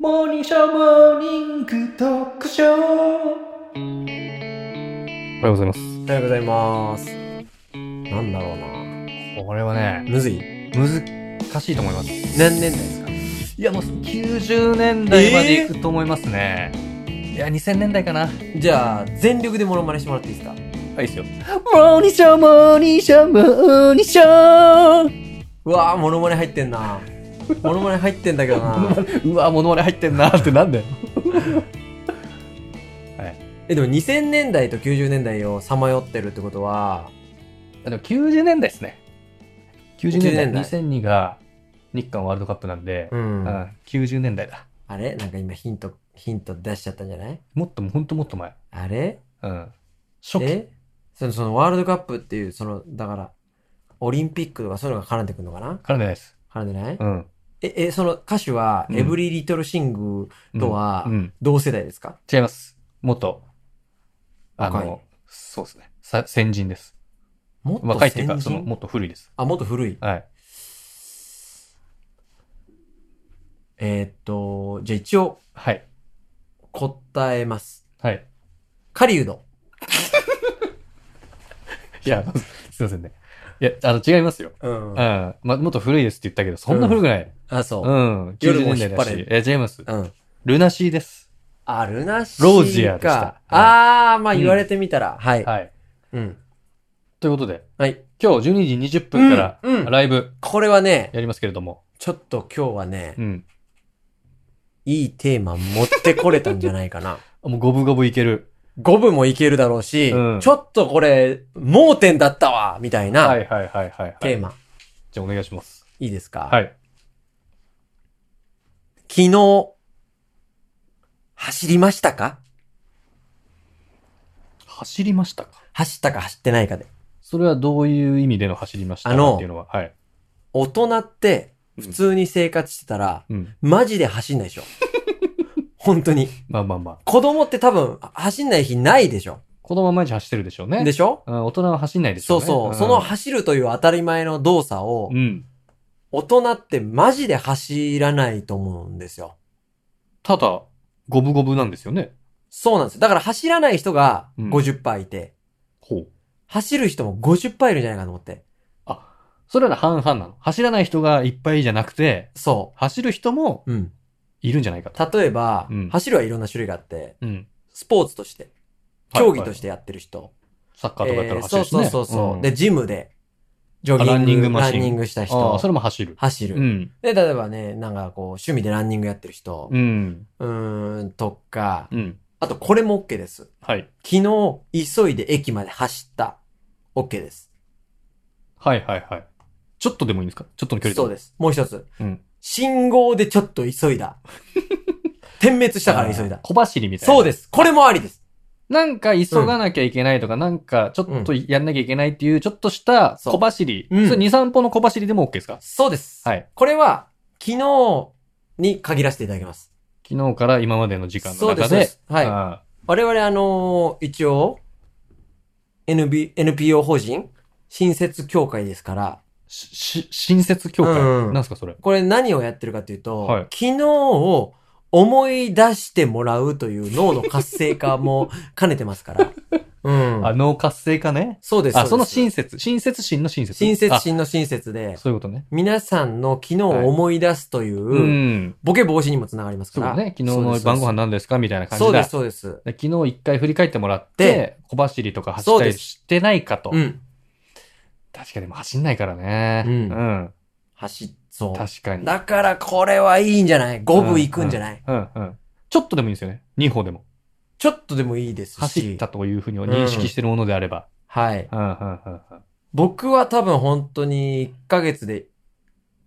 モーニングショーモーニングトークショーおはようございます。おはようございます。なんだろうな。これはね、むずい何難しいと思います。い年代ですかや、もう90年代までいくと思いますね。いや、2000年代かな。じゃあ、全力でモノマネしてもらっていいですかあ、いいっすよ。モーニングショーモーニングショーモーニングショーうわぁ、モノマネ入ってんな。モノマネ入ってんだけどな。うわ、物まね入ってんなってなんでえ、でも2000年代と90年代をさまよってるってことは、でも90年代ですね。90 90年年代代。2002が日韓ワールドカップなんで、うんあん、90年代だ。れなんか今ヒント、ヒント出しちゃったんじゃないもっとも、ほんともっと前。あれうん。初期。えそのそのワールドカップっていう、その、だから、オリンピックとかそういうのが絡んでくるのかなからないです。絡んでない、うん。え、え、その歌手は、うんエブリリトルシングとはうんうん。同世代ですか、違います。元、あ若いの、そうですね。さ先人です。もっと若いっていうか、先そ人の、もっと古いです。あ、もっと古い。はい。えーっと、じゃあ一応はい。答えます。はい。狩人。いや、 すいませんね。いや、あの、違いますよ。うんうん。ま、もっと古いですって言ったけど、そんな古くない。あ、そうう。ん。夜90も年引代っ張だれし。え、違います。うん。ルナシーです。あるなし。ロージアでしたか。はいあー、まあ言われてみたら、はい。はい。うん。ということで、はい。今日12時20分からうんうんライブこれはね、やりますけれども。ちょっと今日はね、うん。いいテーマ持ってこれたんじゃないかな。もう五分五分いける。五分もいけるだろうし、うんちょっとこれ、盲点だったわみたいはなはいいはいはい、はテーい。マ、じゃあお願いします。い、いですか、はい。昨日、走りましたか走りましたか走ったか走ってないかで。それはどういう意味での走りましたあのかっていうのは。はい。大人って、普通に生活してたら、うん。マジで走んない でしょ。本当に。まあまあまあ。子供って多分、走んない日ないでしょ。子供は毎日走ってるでしょうね。でしょうん、大人は走んないでしょうそうね。そう。んその、走るという当たり前の動作をう、ん。大人ってマジで走らないと思うんですよ。ただ、五分五分なんですよね。そうなんですよ。だから走らない人がうん50%いて、ほう。走る人も50%いるんじゃないかと思って。それなら半々なの。走らない人がいっぱいじゃなくて、そ走る人もう。うん。いるんじゃないかと。例えば、うん走るはいろんな種類があって、うん。スポーツとして、はい競技としてやってる人。サッカーとかやったえらー走そるうし、ねそうそうそう、んで、ジムで、ジョギンあグ、ランニングマシンランニングしたああ、人そ、れも走る。走る、うん。で、例えばね、なんかこう、趣味でランニングやってる人う、ん。うーん、とか、うん。あとこれも OK です。はい。昨日、急いで駅まで走った。OK です。はいはいはい。ちょっとでもいいんですかちょっとの距離そうでです。もう一つ。す。うん。信号でちょっと急いだ。 点滅したから急いあだー。小走りみたいな。。そうですす。これもありです。なんか急がなきゃいけないとか、なんかちょっとやんなきゃいけないっていう、ちょっとしたそう小走り。うんそれ2、3歩の小走りでも OK ですかそうです。はい。これは、昨日に限らせていただきます。昨日から今までの時間のそうで中すそうでで。す。はい。あ我々、あのー一応、NB、NPO 法人、新設協会ですから、ーし、し、新設協会。うんなんすかそれ。これ何をやってるかというと、はい昨日を思い出してもらうという脳の活性化も兼ねてま すから。うん。あ、脳活性化ね。そうです。あ、その新親切。親切心の親切。親切あ心の親切で、そういうことね。皆さんの昨日を思い出すという、うん。ボケ防止にもつながりますそかうら。だね。昨日の晩ご飯の何ですかみたいな感じだ。そうです、そうです。で昨日一回振り返ってもらって、小走りとか走そっうたでりすしてないかと。うん。確かにもう走んないからね。うんうん。走っそう。確かに。だからこれはいいんじゃない五分行くんじゃない、うんうん。ちょっとでもいいんですよね。2歩でも。ちょっとでもいいですし。走ったというふうに認識してるものであれば。はい。うんうんうんうん。僕は多分本当に1ヶ月で、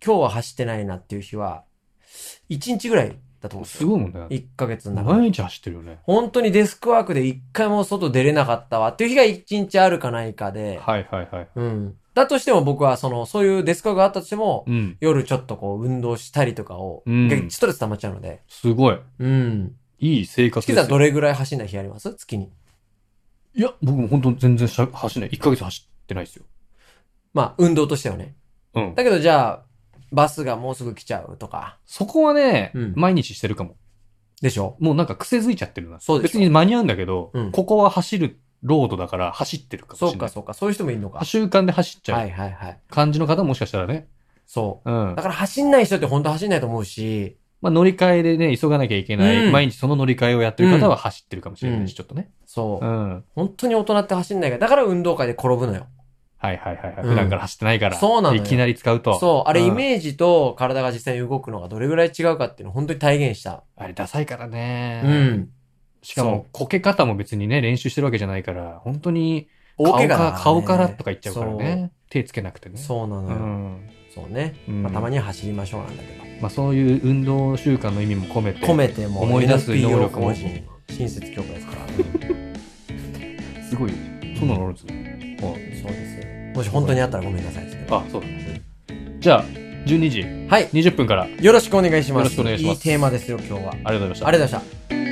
今日は走ってないなっていう日は、1日ぐらいだと思うんですすよ。ごいもんね。 1ヶ月の中で。毎日走ってるよね。本当にデスクワークで1回も外出れなかったわっていう日が1日あるかないかで、はいはいはい。うん。だとしても僕はその、そういうデスクワークがあったとしても、うん。夜ちょっとこう運動したりとかを、うん逆にストレス溜まっちゃうので。すごい。うん。いい生活月でさんすどよ。れぐらい走んだ日あります月に。いや、僕も本当全然しゃ走んない。1ヶ月走ってないですよ。まあ、運動としてはね。うん。だけどじゃあ、バスがもうすぐ来ちゃうとか。そこはね、うん毎日してるかも。でしょもうなんか癖づいちゃってるな。そうでしょ別に間に合うんだけど、うんここは走るロードだから走ってるかもしれなそ。いうか、そうか。そういう人もいるのか。習慣で走っちはゃういはいはい。感じの方もしかしたらね。そう。うんだ。から走んない人って本当走んないと思うし、まあ乗り換えでね、急がなきゃいけない、うん毎日その乗り換えをやってる方は走ってるかもしれなうんいし、ちょっとね。そうう。ん。本当に大人って走んないから、だから運動会で転ぶのよ。はいはいはいはい。うん普段から走ってないから。そうなのよいきなり使うと。そう。あれ、んイメージと体が実際に動くのがどれぐらい違うかっていうのを本当に体現した。あれダサいからうね。。ん。しかも、こけ方も別にね、練習してるわけじゃないから、本当に大顔怪我だからね顔からとか言っちゃうからね。手つけなくてね。そう。そうなのうよ。ん。そうね。うんまあ、たまには走りましょうなんだけまあそういう運動習慣の意味も込めて。ど。込めても思い出す NPO 能力も法人新設協会ですから。すごい。そんなのあるんですねそうですよ。もし本当にあったらごめんなさいですけど。あ、そうだね。じゃあ、12時はい。 20分からありよろしくお願いしよます。ろしくお願いしますいいテーマですよ、今日は。ありがとうがとうございましたご。ざいました。